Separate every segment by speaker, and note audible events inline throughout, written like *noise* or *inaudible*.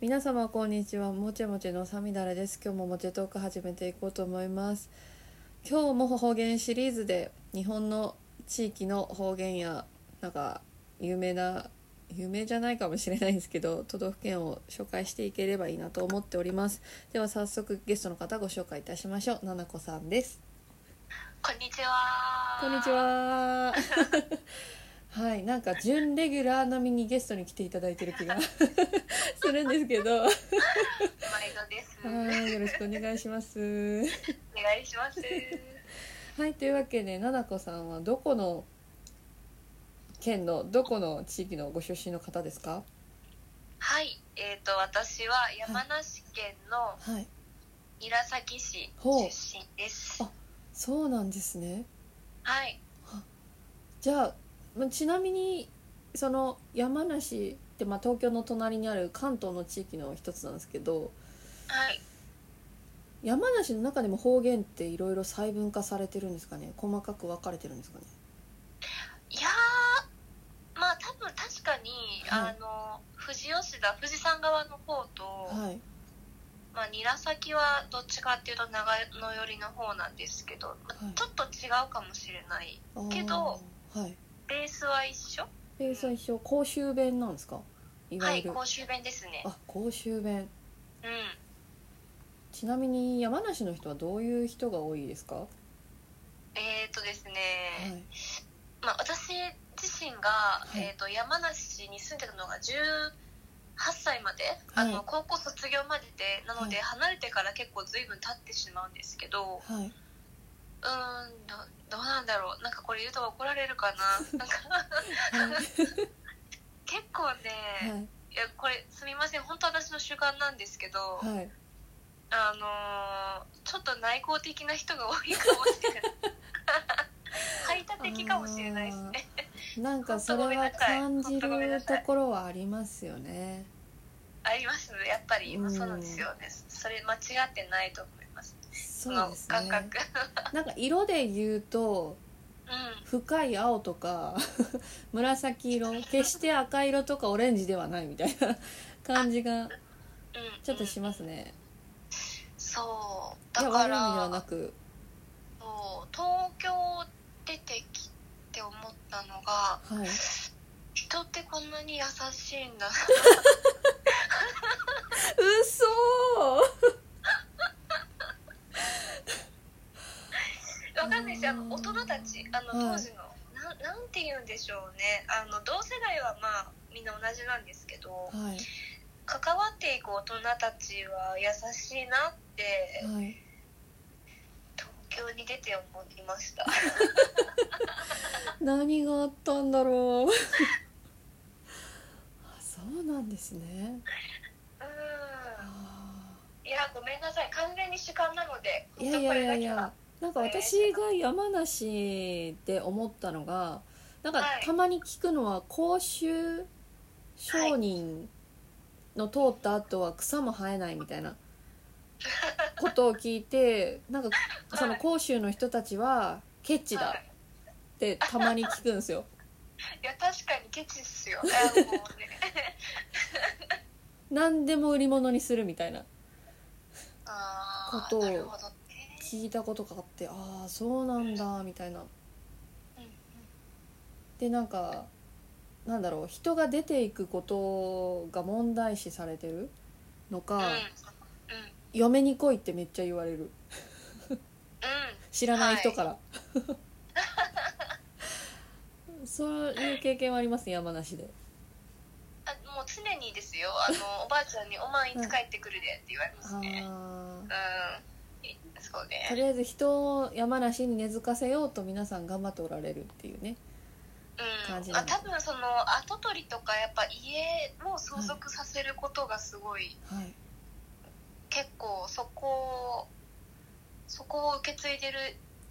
Speaker 1: 皆様こんにちはもちもちのさみだれです今日ももちトーク始めていこうと思います今日も方言シリーズで日本の地域の方言やなんか有名な有名じゃないかもしれないんですけど都道府県を紹介していければいいなと思っておりますでは早速ゲストの方ご紹介いたしましょうななこさんです
Speaker 2: こんにちは。
Speaker 1: こんにち。は *laughs* はいなんか準レギュラー並みにゲストに来ていただいてる気が *laughs* するんですけど
Speaker 2: 毎度です。お願
Speaker 1: はい、よろしくお願いします。
Speaker 2: いし
Speaker 1: *laughs*
Speaker 2: ます。
Speaker 1: はい、というわけで、ななこさんはどこの。県のどこの地域のご出身の方ですか。
Speaker 2: はい、えっ、と、私は山梨県の
Speaker 1: はい、
Speaker 2: 韮崎市
Speaker 1: ほう
Speaker 2: 出身です
Speaker 1: あ。そうなんですね。
Speaker 2: はい、
Speaker 1: じゃあ、まあちなみに、その山梨って、まあ、東京の隣にある関東の地域の一つなんですけど。
Speaker 2: はい、
Speaker 1: 山梨の中でも方言っていろいろ細分化されてるんですかね。細かく分かれてるんですかね。
Speaker 2: いやー、まあ、多分確かに、
Speaker 1: はい
Speaker 2: あの、富士吉田、富士山側の方と。
Speaker 1: はい。
Speaker 2: まあ、韮崎はどっちかっていうと、長野寄りの方なんですけど、まあ
Speaker 1: はい
Speaker 2: ちょっと違うかもしれない。
Speaker 1: あー
Speaker 2: けど。
Speaker 1: はい。
Speaker 2: ベースは一緒。
Speaker 1: えー、最初、公衆弁なんですか。いわ
Speaker 2: は
Speaker 1: ゆ
Speaker 2: い、
Speaker 1: る。
Speaker 2: 公衆弁ですね。
Speaker 1: あ公衆弁
Speaker 2: うん。
Speaker 1: ちなみに山梨の人はどういう人が多いですか、は
Speaker 2: えーとですね、
Speaker 1: い、
Speaker 2: まあ、私自身が、
Speaker 1: い
Speaker 2: えー、と山梨に住んでたのが18歳まで、
Speaker 1: はい
Speaker 2: あの高校卒業まででなので
Speaker 1: は
Speaker 2: 離れてから結構随分経ってしまうんですけど
Speaker 1: はい、
Speaker 2: うーんどどうなんだろうなんかこれ言うと怒られるか
Speaker 1: *laughs*
Speaker 2: ななんか結構ね、
Speaker 1: はい
Speaker 2: い、やこれすみません本当私の習慣なんですけど、
Speaker 1: はいはい
Speaker 2: あのーちょっと内向的な人が多いかもし
Speaker 1: *laughs*
Speaker 2: れない排他的かもしれないですね。
Speaker 1: なんかそれは感じるところはありますよね
Speaker 2: ありますやっぱり
Speaker 1: うん
Speaker 2: そうなんですよね、それ間違ってないと思いますそ
Speaker 1: そう
Speaker 2: の
Speaker 1: です
Speaker 2: 感
Speaker 1: ね
Speaker 2: 覚
Speaker 1: なんか色で言うと
Speaker 2: うん
Speaker 1: 深い青とか *laughs* 紫
Speaker 2: *laughs*
Speaker 1: 色決して赤色とかオレンジではないみたいな *laughs* 感じが
Speaker 2: うん
Speaker 1: ちょっとします
Speaker 2: うん
Speaker 1: ね
Speaker 2: そう
Speaker 1: い
Speaker 2: だ
Speaker 1: や
Speaker 2: か
Speaker 1: 悪い意味ではな
Speaker 2: ら
Speaker 1: く
Speaker 2: そう東京出てきて思ったのが *laughs*
Speaker 1: はい
Speaker 2: 人ってこんなに優しいんだ *laughs*
Speaker 1: うそ
Speaker 2: わかんないですよあの大人たちあの
Speaker 1: は
Speaker 2: 当
Speaker 1: い
Speaker 2: 時の、なんなんて言うんでしょうねあの同世代はまあみんな同じなんですけど
Speaker 1: はい
Speaker 2: 関わっていく大人たちは優しいなって
Speaker 1: はい
Speaker 2: 東京に出て思いました
Speaker 1: 何があったんだろう *laughs* あそうなんですね
Speaker 2: う
Speaker 1: あ
Speaker 2: んいやごめんなさい完全に主観なので
Speaker 1: ーいやいやいやいやな
Speaker 2: 本
Speaker 1: んか私が山梨で思ったのがなんか
Speaker 2: はい
Speaker 1: たまに聞くのは公衆商人の通った後は草も生えないみたいなことを聞いてなんかその公衆の人たちはケチ
Speaker 2: 当にだけは
Speaker 1: だってたまに聞くんですよ。
Speaker 2: いや確かにケチっすよいやもうね
Speaker 1: 何でも売り物にするみたいな
Speaker 2: あ
Speaker 1: こ
Speaker 2: あ
Speaker 1: とを
Speaker 2: なるほどね
Speaker 1: 聞いたことがあってああそうなんだみたいな
Speaker 2: うんうん
Speaker 1: でなんかなんだろう人が出ていくことが問題視されてるのか、
Speaker 2: うん
Speaker 1: 嫁に来いってめっちゃ言われる
Speaker 2: う
Speaker 1: 知らない人から、 *laughs* そういう経験はありますね山梨で
Speaker 2: んあもう常にですよあ
Speaker 1: *laughs*
Speaker 2: のおばあちゃんに「お前いつ帰ってくるで」って言われます
Speaker 1: あ
Speaker 2: ね
Speaker 1: あ
Speaker 2: うんいそう
Speaker 1: と
Speaker 2: ね
Speaker 1: りあえず人を山梨に根付かせようと皆さん頑張っておられるっていうね
Speaker 2: う
Speaker 1: 感じ
Speaker 2: ん
Speaker 1: な
Speaker 2: あ
Speaker 1: んだ
Speaker 2: 多分その跡取りとかやっぱ家を相続させることがすごい
Speaker 1: はい
Speaker 2: 結構そこをそこを受け継いでる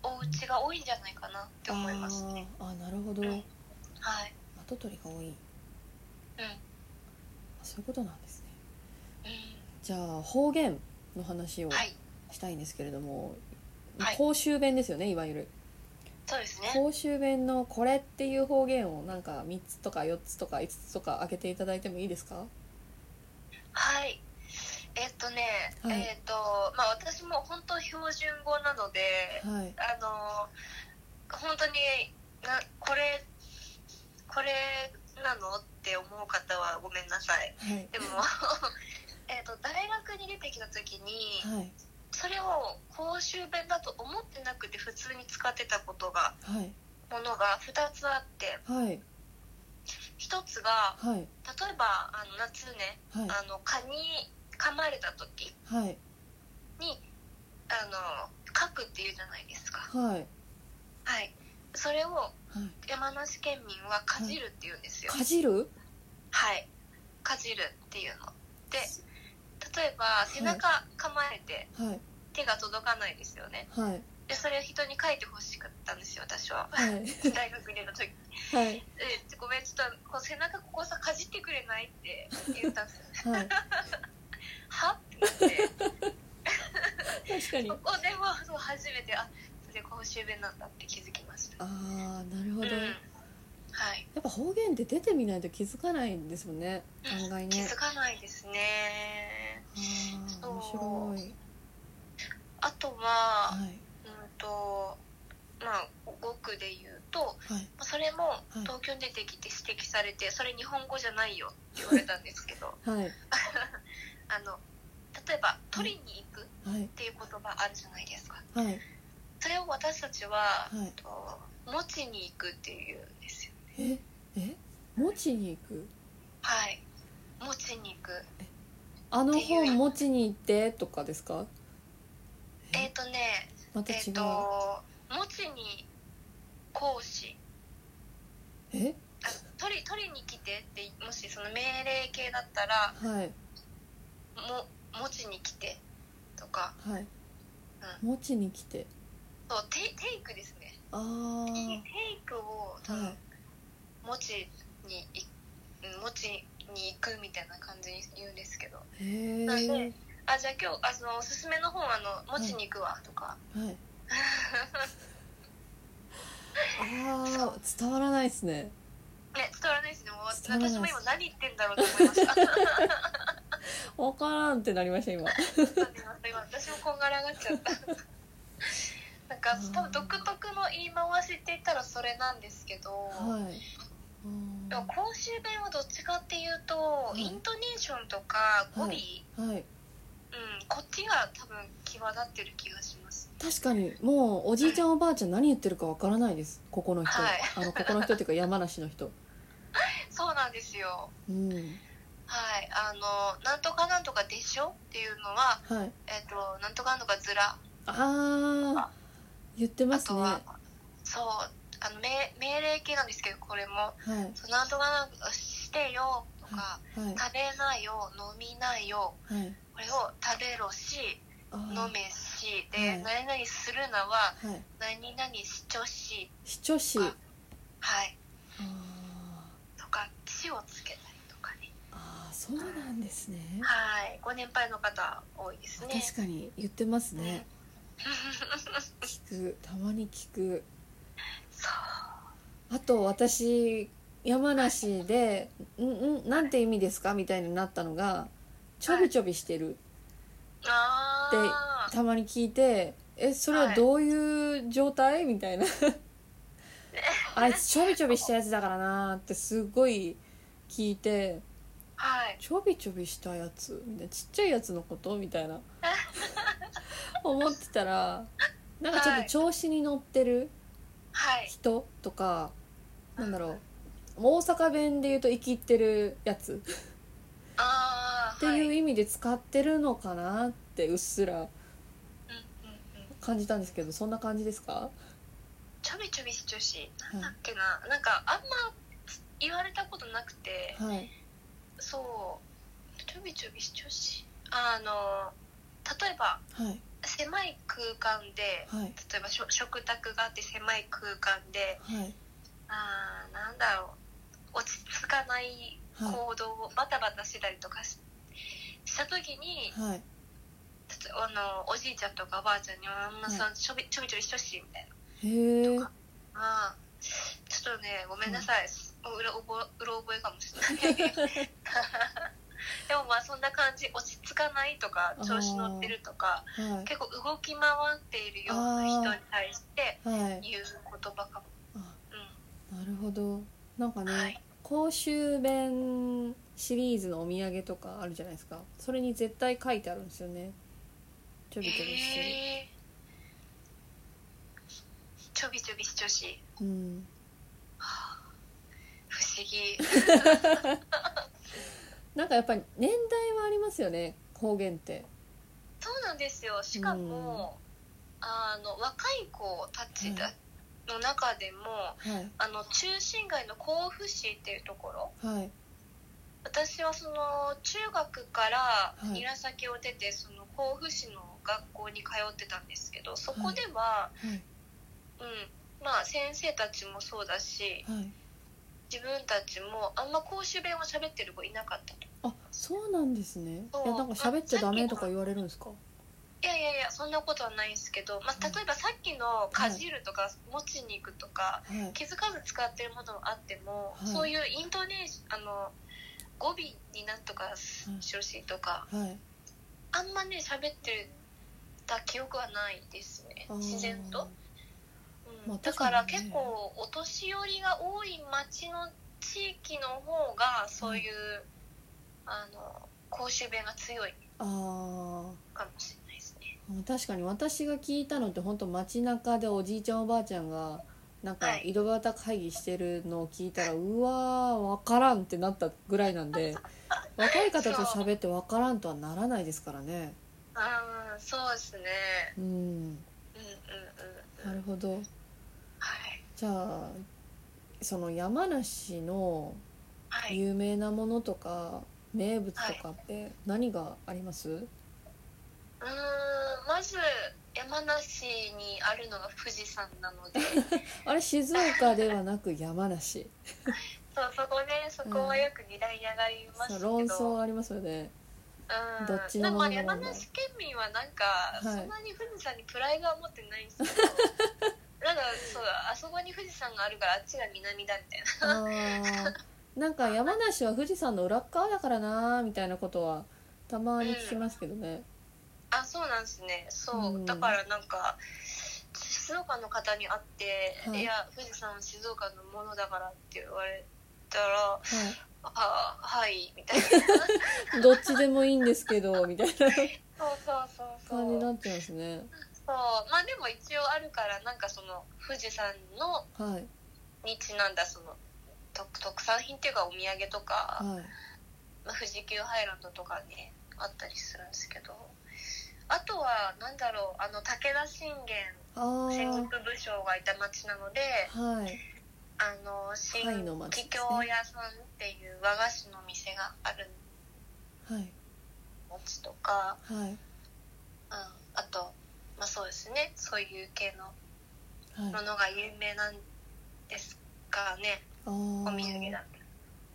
Speaker 2: お家が多いんじゃないかなって思いますね
Speaker 1: あーあーなるほど
Speaker 2: うんはい
Speaker 1: 後取りが多い
Speaker 2: うん
Speaker 1: そういうことなんですね
Speaker 2: う
Speaker 1: じゃあ方言の話を
Speaker 2: んはい
Speaker 1: したいんですけれども、
Speaker 2: はい
Speaker 1: 公衆弁ですよねいわゆる
Speaker 2: そうですね
Speaker 1: 公衆弁のこれっていう方言をなんか3つとか4つとか5つとか開けていただいてもいいですか
Speaker 2: はいえっとね、
Speaker 1: はい
Speaker 2: えっとまあ私も本当標準語なので
Speaker 1: はい
Speaker 2: あの本当になこれこれなのって思う方はごめんなさい
Speaker 1: はい *laughs*
Speaker 2: でもえっと大学に出てきた時に
Speaker 1: はい
Speaker 2: それを公衆弁だと思ってなくて普通に使ってたことが
Speaker 1: はい
Speaker 2: ものが2つあって
Speaker 1: はい
Speaker 2: 1つが
Speaker 1: はい
Speaker 2: 例えばあの夏ね
Speaker 1: はい
Speaker 2: あの蚊に噛まれた時
Speaker 1: はい
Speaker 2: にあの書くっていうじゃないですか
Speaker 1: はい
Speaker 2: はいそれを
Speaker 1: はい
Speaker 2: 山梨県民はかじるっていうんですよ
Speaker 1: かじる
Speaker 2: はいかじるっていうので例えば背中噛まれて
Speaker 1: はい
Speaker 2: 手が届かないですよね
Speaker 1: はい
Speaker 2: でそれを人に書いてほしかったんですよ私は
Speaker 1: はい
Speaker 2: *laughs* 大学入れた時
Speaker 1: はい
Speaker 2: えごめんちょっとこう背中ここさかじってくれないって言ったんですよ *laughs*
Speaker 1: はい
Speaker 2: はって言って
Speaker 1: 確かに
Speaker 2: ここでもそう初めてあそれ公衆弁なんだって気づきました
Speaker 1: ああなるほど
Speaker 2: うん
Speaker 1: や
Speaker 2: はい、
Speaker 1: っぱ方言って出てみないと気づかないんですもんね案外
Speaker 2: 気
Speaker 1: ね
Speaker 2: づかないですね
Speaker 1: ああ
Speaker 2: そう
Speaker 1: 面白い
Speaker 2: あとは
Speaker 1: はい
Speaker 2: うんとまあ語句で言うと
Speaker 1: はい
Speaker 2: それも
Speaker 1: い
Speaker 2: 東京に出てきて指摘されてそれ日本語じゃないよって言われたんですけ
Speaker 1: *laughs*
Speaker 2: ど
Speaker 1: はい
Speaker 2: あの例えば取りに行くっ
Speaker 1: はい
Speaker 2: ていう言葉あるじゃないですか
Speaker 1: はい
Speaker 2: それを私たちは、
Speaker 1: はい
Speaker 2: と持ちに行くっていうんですよ
Speaker 1: ええ持ちに行く
Speaker 2: はい持ちに行く
Speaker 1: あの本持ちに行ってとかですかえ
Speaker 2: えっ、とね
Speaker 1: また
Speaker 2: えっ、
Speaker 1: 違う
Speaker 2: と持ちに講師
Speaker 1: え
Speaker 2: あ取り取りに来てってもしその命令形だったら
Speaker 1: はい
Speaker 2: も持ちに来てとか
Speaker 1: はい持ちに来て
Speaker 2: そうテイテイクですね
Speaker 1: あ
Speaker 2: テ
Speaker 1: ー
Speaker 2: イテイクを多
Speaker 1: は
Speaker 2: 分
Speaker 1: い
Speaker 2: 持ちにいうん持ちに行くみたいな感じに言うんですけど
Speaker 1: へえ
Speaker 2: な
Speaker 1: は
Speaker 2: ん
Speaker 1: い
Speaker 2: であじゃあ今日あそのおすすめの本あの持ちに行くわとか、 *laughs*
Speaker 1: ああ伝わらないですね
Speaker 2: ね伝わらないですね
Speaker 1: 伝
Speaker 2: もう
Speaker 1: わらない
Speaker 2: 私も今何言ってんだろうと思いました *laughs* わか
Speaker 1: わからんってなりました今
Speaker 2: りました今私もこんがらがっちゃったなんか多分独特の言い回しって言ったらそれなんですけど、
Speaker 1: はい
Speaker 2: でも公衆弁はどっちかっていうと、
Speaker 1: い
Speaker 2: イントネーションとか語尾、
Speaker 1: はあーはい
Speaker 2: うん、こっちが多分際立ってる気がします
Speaker 1: 確かにもうおじいちゃんおばあちゃん何言ってるかわからないですここの人
Speaker 2: はい
Speaker 1: あのここの人っていうか山梨の人
Speaker 2: そうなんですよ
Speaker 1: うん
Speaker 2: はいあのなんとかなんとかでしょっていうのは
Speaker 1: はい
Speaker 2: えっ、となんとかなんとかずら
Speaker 1: ああ言ってま
Speaker 2: あ
Speaker 1: す
Speaker 2: と
Speaker 1: ね
Speaker 2: は
Speaker 1: は、
Speaker 2: そうあの命命令系なんですけどこれも
Speaker 1: いは
Speaker 2: 「そうなんとかなんとかしてよ」とか「
Speaker 1: い
Speaker 2: 食べなよ」「飲みなよ
Speaker 1: はい」
Speaker 2: これを「食べろし」
Speaker 1: あ
Speaker 2: 「
Speaker 1: ー
Speaker 2: 飲めし」
Speaker 1: は
Speaker 2: で
Speaker 1: い
Speaker 2: 「何々するな」は
Speaker 1: はい
Speaker 2: 「何々しちょし
Speaker 1: 市長市あ」
Speaker 2: はい
Speaker 1: あ
Speaker 2: とか「し」をつけたりとかね
Speaker 1: ああそうなんですね
Speaker 2: はいご年配の方多いですね
Speaker 1: 確かに言ってますね聞くたまに聞く
Speaker 2: そう
Speaker 1: あと私山梨で「んんなんて意味ですか?」みたいになったのが「ちょびちょびしてる
Speaker 2: ああ」
Speaker 1: たまに聞いて「えそれはどういう状態?」みたいな「あいつちょびちょびしたやつだからな」ってすごい聞いて
Speaker 2: はい
Speaker 1: 「ちょびちょびしたやつ」みたいな「ちっちゃいやつのこと?」みたい *laughs* な思ってたらなんかちょっと調子に乗ってる。
Speaker 2: はい
Speaker 1: 人とかなんだろう大阪弁で言うと生きってるやつ
Speaker 2: ああ
Speaker 1: っていう意味で使ってるのかなってうっすら
Speaker 2: うんうんうん
Speaker 1: 感じたんですけどそんな感じですか
Speaker 2: ちょびちょびしちょしなんだっけな、なんかあんま言われたことなくて
Speaker 1: はい
Speaker 2: そうちょびちょびしちょしあの例えば
Speaker 1: はい
Speaker 2: 狭い空間で
Speaker 1: はい
Speaker 2: 例えばしょ食卓があって狭い空間で
Speaker 1: はい
Speaker 2: あーなんだろう落ち着かない行動をバタバタしたりとかしした時に
Speaker 1: はい
Speaker 2: ちょっとあのおじいちゃんとかおばあちゃんに「あんなさんちょびちょびちょびしとし」みたいな
Speaker 1: へえ
Speaker 2: 「ああちょっとねごめんなさい、ううろ覚えうろ覚えかもしれない」 *laughs* でもまあそんな感じ落ち着かないとか
Speaker 1: あー
Speaker 2: 調子乗ってるとか
Speaker 1: は
Speaker 2: 結構動き回っているような人に対して
Speaker 1: いはい
Speaker 2: 言う言葉かも。
Speaker 1: あ
Speaker 2: う
Speaker 1: なるほどなんか
Speaker 2: ん
Speaker 1: ね、
Speaker 2: はい、
Speaker 1: 公衆弁シリーズのお土産とかあるじゃないですかそれに絶対書いてあるんですよねちょびちょびしてる、
Speaker 2: えーちょびちょびし女子
Speaker 1: うん
Speaker 2: 不思議
Speaker 1: なんかやっぱり年代はありますよね方言って
Speaker 2: そうなんですよしかも、あの若い子たちだ、の中でも
Speaker 1: はい
Speaker 2: あの中心街の甲府市っていうところ
Speaker 1: はい
Speaker 2: 私はその中学から
Speaker 1: い
Speaker 2: 韮崎を出てその甲府市の学校に通ってたんですけどそこでは、
Speaker 1: はい
Speaker 2: うんまあ、先生たちもそうだし
Speaker 1: はい
Speaker 2: 自分たちもあんま公衆弁を喋ってる子いなかったと
Speaker 1: あそうなんですね
Speaker 2: そう
Speaker 1: いやなんか喋っちゃダメとか言われるんですか
Speaker 2: いやいやいやそんなことはないんですけど、まあ、例えばさっきの「かじる」とか「持ちに行く」とか
Speaker 1: はい
Speaker 2: 気づかず使ってるものがあっても、
Speaker 1: はい
Speaker 2: そういうイントネーションあの語尾になんとかし
Speaker 1: はい
Speaker 2: てほしいとか、
Speaker 1: はい
Speaker 2: あんまね喋ってた記憶はないですね
Speaker 1: あー
Speaker 2: 自然と、うん
Speaker 1: まあ
Speaker 2: だから
Speaker 1: 確かに
Speaker 2: 結
Speaker 1: ね
Speaker 2: 構お年寄りが多い町の地域の方がそういう、あの公衆弁が強い
Speaker 1: ああ
Speaker 2: かもしれないですね
Speaker 1: 確かに私が聞いたのって本当街中でおじいちゃんおばあちゃんがなんか
Speaker 2: はい
Speaker 1: 井戸端会議してるのを聞いたら、うわー分からんってなったぐらいなん
Speaker 2: *laughs*
Speaker 1: で若い方と喋って分からんとはならないですからね
Speaker 2: ああそうですね
Speaker 1: うん
Speaker 2: うんうん
Speaker 1: な
Speaker 2: うんうん
Speaker 1: るほど
Speaker 2: はい
Speaker 1: じゃあその山梨の
Speaker 2: はい
Speaker 1: 有名なものとか、名物とかって何があります
Speaker 2: うーんまず山梨にあるのが富士山なの
Speaker 1: *laughs*
Speaker 2: で
Speaker 1: あれ静岡ではなく山梨
Speaker 2: そうそこねそこはよく議題に上がります
Speaker 1: そう
Speaker 2: け
Speaker 1: 論
Speaker 2: ど、
Speaker 1: 争ありますよね
Speaker 2: うん
Speaker 1: どっちのもの
Speaker 2: で
Speaker 1: な
Speaker 2: も
Speaker 1: の
Speaker 2: まあ山梨県民はなんか、
Speaker 1: い
Speaker 2: そんなに富士山にプライドは持ってないんですけど
Speaker 1: *laughs*
Speaker 2: なんかそうあそこに富士山があるからあっちが南だみたいな
Speaker 1: あーなんか山梨は富士山の裏っ側だからなーみたいなことはたまに聞きますけどね、
Speaker 2: あそうなんですねそう、
Speaker 1: うん
Speaker 2: だからなんか静岡の方に会って「
Speaker 1: はい
Speaker 2: い、や富士山は静岡のものだから」って言われたら「あはい」みたいなそう
Speaker 1: はい、どっちでもいいんですけどみたいな
Speaker 2: そうそうそう
Speaker 1: 感じになっちゃいますね
Speaker 2: そうまあでも一応あるからなんかその富士山の
Speaker 1: はい
Speaker 2: にちなんだその特特産品っていうかお土産とか、
Speaker 1: はい
Speaker 2: まあ富士急ハイランドとかねあったりするんですけどあとはなんだろうあの武田信玄
Speaker 1: あ
Speaker 2: 戦国
Speaker 1: ー
Speaker 2: 武将がいた町なので
Speaker 1: はい
Speaker 2: あの新
Speaker 1: タイの町
Speaker 2: 桔梗屋さんっていう和菓子の店がある
Speaker 1: はい
Speaker 2: 町とか、
Speaker 1: はい
Speaker 2: うん、あと、まあ、そうですねそういう系の
Speaker 1: はい
Speaker 2: ものが有名なんですかね
Speaker 1: あ
Speaker 2: お土産
Speaker 1: ー
Speaker 2: だと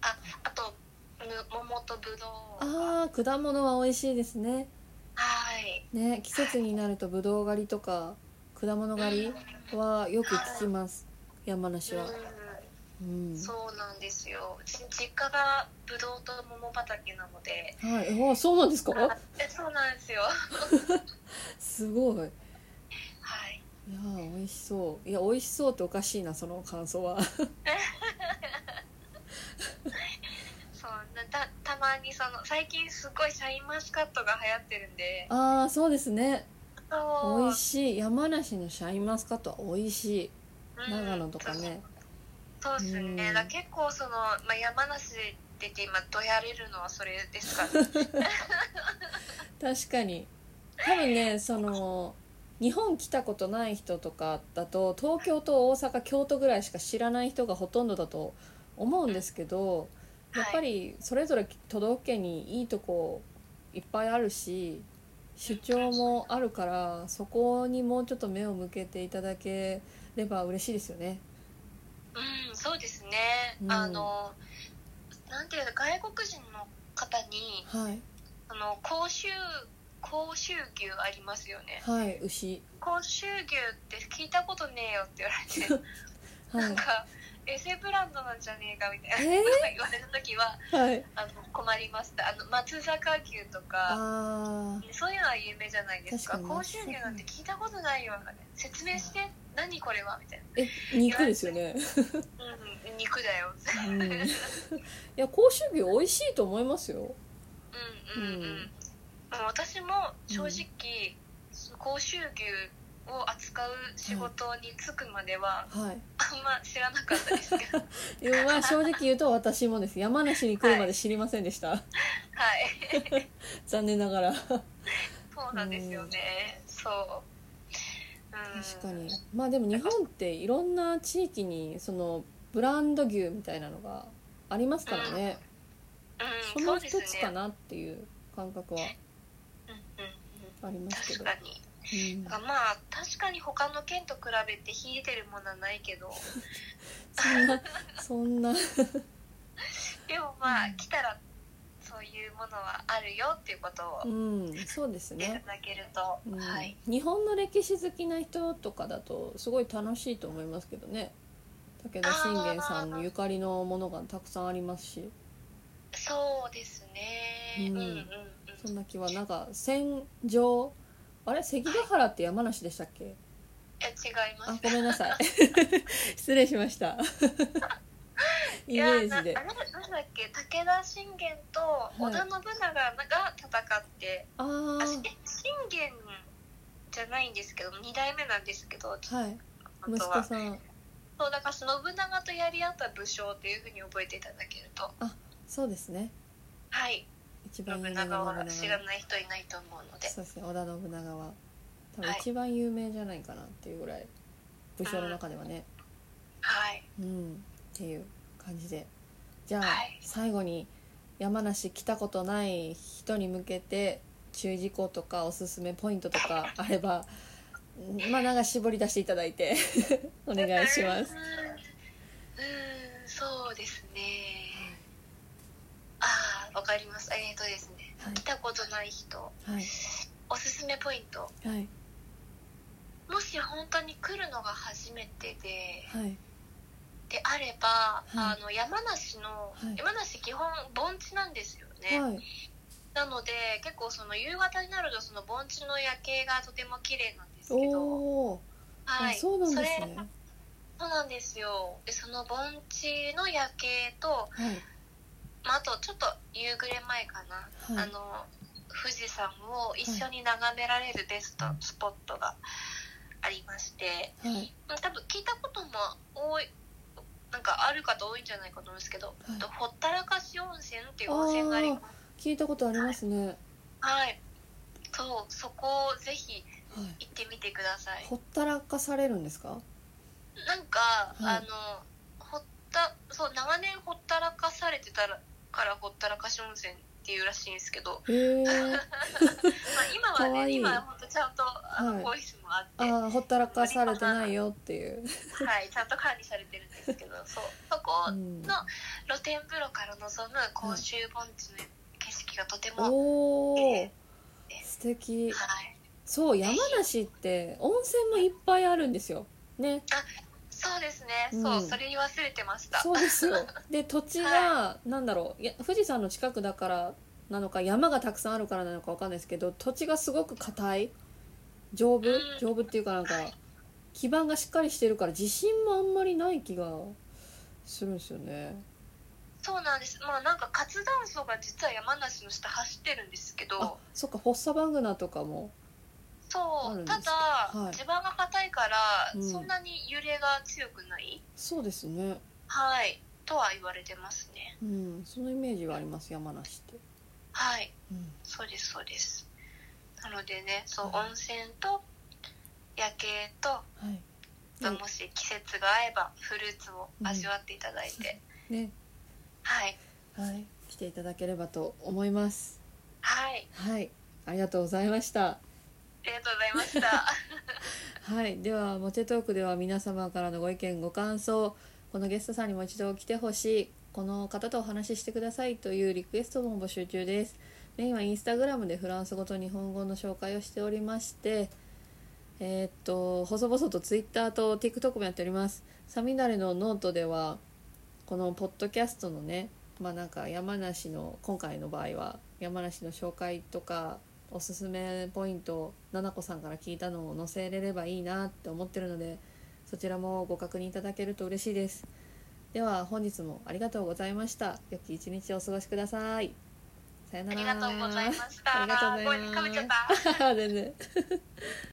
Speaker 2: ああとむ桃とぶどうが
Speaker 1: あー果物は美味しいですね
Speaker 2: はい
Speaker 1: ね季節になるとぶどう狩りとか果物狩りはよく聞きます山梨は、うん
Speaker 2: うん、そうなんですようち実家がぶどうと桃畑なので
Speaker 1: はい、あーそうなんですか
Speaker 2: あえそうなんですよ *laughs*
Speaker 1: すごい
Speaker 2: はい
Speaker 1: いやー美味しそういや美味しそうっておかしいなその感想は
Speaker 2: そうなたたまにその最近すごいシャインマスカットが流行ってるんで
Speaker 1: *laughs* ああそうですね
Speaker 2: そう
Speaker 1: 美味しい山梨のシャインマスカットは美味しい
Speaker 2: うん
Speaker 1: 長野とかね
Speaker 2: そうですね、
Speaker 1: うん
Speaker 2: だから結構その、まあ、山梨出て今どやれるのはそれですかね
Speaker 1: 確かに多分ねその日本来たことない人とかだと東京と大阪京都ぐらいしか知らない人がほとんどだと思うんですけどやっぱりそれぞれ都道府県にいいとこいっぱいあるし主張もあるからそこにもうちょっと目を向けていただければ嬉しいですよね。
Speaker 2: うんそうですね、
Speaker 1: うん
Speaker 2: あのなんていうの外国人の方に
Speaker 1: はい、
Speaker 2: あの甲州甲州牛ありますよね
Speaker 1: はい、牛、
Speaker 2: 甲州牛って聞いたことねえよって言われて
Speaker 1: は
Speaker 2: *laughs* ないん、かエセブランドなんじゃねえかみたいな、
Speaker 1: えー
Speaker 2: 言われた時は
Speaker 1: はい
Speaker 2: あの困りましたあの松坂牛とか
Speaker 1: あー
Speaker 2: そういうのは有名じゃないですか
Speaker 1: 確かに
Speaker 2: 甲州牛なんて聞いたことないよみたいな説明して何これはみたい
Speaker 1: え肉ですよね、
Speaker 2: な、うん、肉だよ
Speaker 1: うん、 *laughs* いや甲州牛美味しいと思いますよ
Speaker 2: うんうんうん、
Speaker 1: うん
Speaker 2: もう私も正直、甲州牛を扱う仕事に就くまでは
Speaker 1: はい
Speaker 2: あんま知らなかったです
Speaker 1: *laughs*
Speaker 2: けどは
Speaker 1: い
Speaker 2: い
Speaker 1: やまあ正直言うと私もです山梨に来るまで知りませんでした、残念ながら確
Speaker 2: そうなんですよね、そう、うん、
Speaker 1: かにまあでも日本っていろんな地域にそのブランド牛みたいなのがありますからね、
Speaker 2: う
Speaker 1: そ
Speaker 2: ん、そ
Speaker 1: の
Speaker 2: うで
Speaker 1: 一
Speaker 2: すね
Speaker 1: つかなっていう感覚は
Speaker 2: うんうんうん
Speaker 1: ありますけ
Speaker 2: 確
Speaker 1: ど
Speaker 2: か、に
Speaker 1: うん、
Speaker 2: あまあ確かに他の県と比べて秀でてるものはないけど
Speaker 1: そんなそんな
Speaker 2: でもまあ、
Speaker 1: うん
Speaker 2: 来たらそういうものはあるよっていうことを
Speaker 1: うんそうです
Speaker 2: 言ってい
Speaker 1: ね
Speaker 2: ただけると、
Speaker 1: うん
Speaker 2: はい、
Speaker 1: 日本の歴史好きな人とかだとすごい楽しいと思いますけどね武田信玄さんのゆかりのものがたくさんありますし
Speaker 2: そうですね、
Speaker 1: う
Speaker 2: うんん、うんうん
Speaker 1: そんな気はなんか戦場あれ関ヶ原って山梨でしたっけ
Speaker 2: いや違いま
Speaker 1: あ
Speaker 2: す
Speaker 1: ごめんな
Speaker 2: *laughs*
Speaker 1: さい失礼しましたイメージ
Speaker 2: い
Speaker 1: で
Speaker 2: やなななんだっけ武田信玄と織田信長が戦って、
Speaker 1: あ
Speaker 2: あし
Speaker 1: ー
Speaker 2: 信玄じゃないんですけど2代目なんですけど
Speaker 1: はい
Speaker 2: 本
Speaker 1: 息
Speaker 2: 当
Speaker 1: 子
Speaker 2: は
Speaker 1: さん
Speaker 2: そうだから信長とやり合った武将というふうに覚えていただけると
Speaker 1: そうですね
Speaker 2: はい
Speaker 1: 一番有
Speaker 2: 信
Speaker 1: 名な
Speaker 2: 長は
Speaker 1: 信
Speaker 2: 知
Speaker 1: 長
Speaker 2: らない人いないと思うので
Speaker 1: そうですね織田信長は多分
Speaker 2: はい
Speaker 1: 一番有名じゃないかなっていうぐらい武将の中ではね
Speaker 2: はい
Speaker 1: うんっていう感じでじゃあ
Speaker 2: はい
Speaker 1: 最後に山梨来たことない人に向けて注意事項とかおすすめポイントとかあれ
Speaker 2: *laughs*
Speaker 1: ばんまあなんか絞り出していただいてお願いします
Speaker 2: うーんうーんそうですねああわかりますえっ、ー、とですね
Speaker 1: はい
Speaker 2: 来たことない人
Speaker 1: はい
Speaker 2: おすすめポイント
Speaker 1: はい
Speaker 2: もし本当に来るのが初めてで
Speaker 1: はい
Speaker 2: であれば、
Speaker 1: はい
Speaker 2: あの山梨の、
Speaker 1: はい
Speaker 2: 山梨基本盆地なんですよね、
Speaker 1: はい
Speaker 2: なので結構その夕方になるとその盆地の夜景がとても綺麗なんですけど、
Speaker 1: おー
Speaker 2: は
Speaker 1: あ
Speaker 2: い、
Speaker 1: そうなんです
Speaker 2: それ
Speaker 1: ね
Speaker 2: そうなんですよでその盆地の夜景と、
Speaker 1: はい
Speaker 2: まあ、あとちょっと夕暮れ前かな、
Speaker 1: は
Speaker 2: あ
Speaker 1: い
Speaker 2: の富士山を一緒に眺められるベストスポットがありまして
Speaker 1: はい
Speaker 2: うん多分聞いたことも多いなんかある方多いんじゃないかと思うんですけど、
Speaker 1: はい
Speaker 2: ほったらかし温泉っていう温泉があります
Speaker 1: 聞いたことありますねは
Speaker 2: はいそうそこをぜひ
Speaker 1: い
Speaker 2: 行ってみてください
Speaker 1: ほったらかされるんですか
Speaker 2: なんか、
Speaker 1: はい
Speaker 2: あのほったそう長年ほったらかされてたらからほったらかし温泉っていうらしいんですけど、
Speaker 1: へえ
Speaker 2: まあ、今
Speaker 1: か
Speaker 2: は
Speaker 1: わい
Speaker 2: ね
Speaker 1: い
Speaker 2: 今は本当ちゃんとあの、
Speaker 1: はい
Speaker 2: 更衣室もあって
Speaker 1: ああほったらかされてないよって
Speaker 2: *laughs*
Speaker 1: いう、
Speaker 2: はい、ちゃんと管理されてるんですけどそうそこ
Speaker 1: う
Speaker 2: を
Speaker 1: ん、
Speaker 2: 露天風呂から望む甲州盆地の景色がとても、
Speaker 1: おお
Speaker 2: え
Speaker 1: 素敵
Speaker 2: はい、
Speaker 1: そう山梨って温泉もいっぱいあるんですよね
Speaker 2: そうですね、そう
Speaker 1: うん
Speaker 2: それ言い忘れてました
Speaker 1: そうですよで土地がなんだろういや富士山の近くだからなのか山がたくさんあるからなのかわかんないですけど土地がすごく硬い丈夫
Speaker 2: うん
Speaker 1: 丈夫っていうかなんか基盤がしっかりしてるから地震もあんまりない気がするんですよね
Speaker 2: そうなんですまあなんか活断層が実は山梨の下走ってるんですけ
Speaker 1: あ
Speaker 2: ど
Speaker 1: そっかフォッサバングナとかもあ
Speaker 2: そ
Speaker 1: るん
Speaker 2: う
Speaker 1: です
Speaker 2: た
Speaker 1: ね
Speaker 2: だ、
Speaker 1: はい
Speaker 2: 地盤が硬いから、
Speaker 1: うん
Speaker 2: そんなに揺れが強くない
Speaker 1: そうですね
Speaker 2: はいとは言われてますね
Speaker 1: うんそのイメージはあります山梨って、
Speaker 2: はい
Speaker 1: うん
Speaker 2: そうですそうですなのでねそう、
Speaker 1: はい
Speaker 2: 温泉と夜景と
Speaker 1: はいうん
Speaker 2: もし季節が合えばフルーツを味わっていただいて、
Speaker 1: ね
Speaker 2: はい
Speaker 1: はい、来ていただければと思います。
Speaker 2: はい
Speaker 1: はい、ありがとうございました。
Speaker 2: ありがとうございました *laughs* は
Speaker 1: はい、ではモテトークでは皆様からのご意見ご感想このゲストさんにも一度来てほしいこの方とお話ししてくださいというリクエストも募集中ですメインはインスタグラムでフランス語と日本語の紹介をしておりまして、ええーっと細々とツイッターと TikTok もやっておりますサミダレのノートではこのポッドキャストのねまあなんか山梨の今回の場合は山梨の紹介とかおすすめポイントななこさんから聞いたのを載せれればいいなって思ってるのでそちらもご確認いただけると嬉しいですでは本日もありがとうございました良き一日をお過ごしくださいさよな
Speaker 2: あ
Speaker 1: ら
Speaker 2: りがとうございまし
Speaker 1: あ
Speaker 2: た。
Speaker 1: りがとうございます *laughs*
Speaker 2: 声かぶっちゃった。
Speaker 1: 全然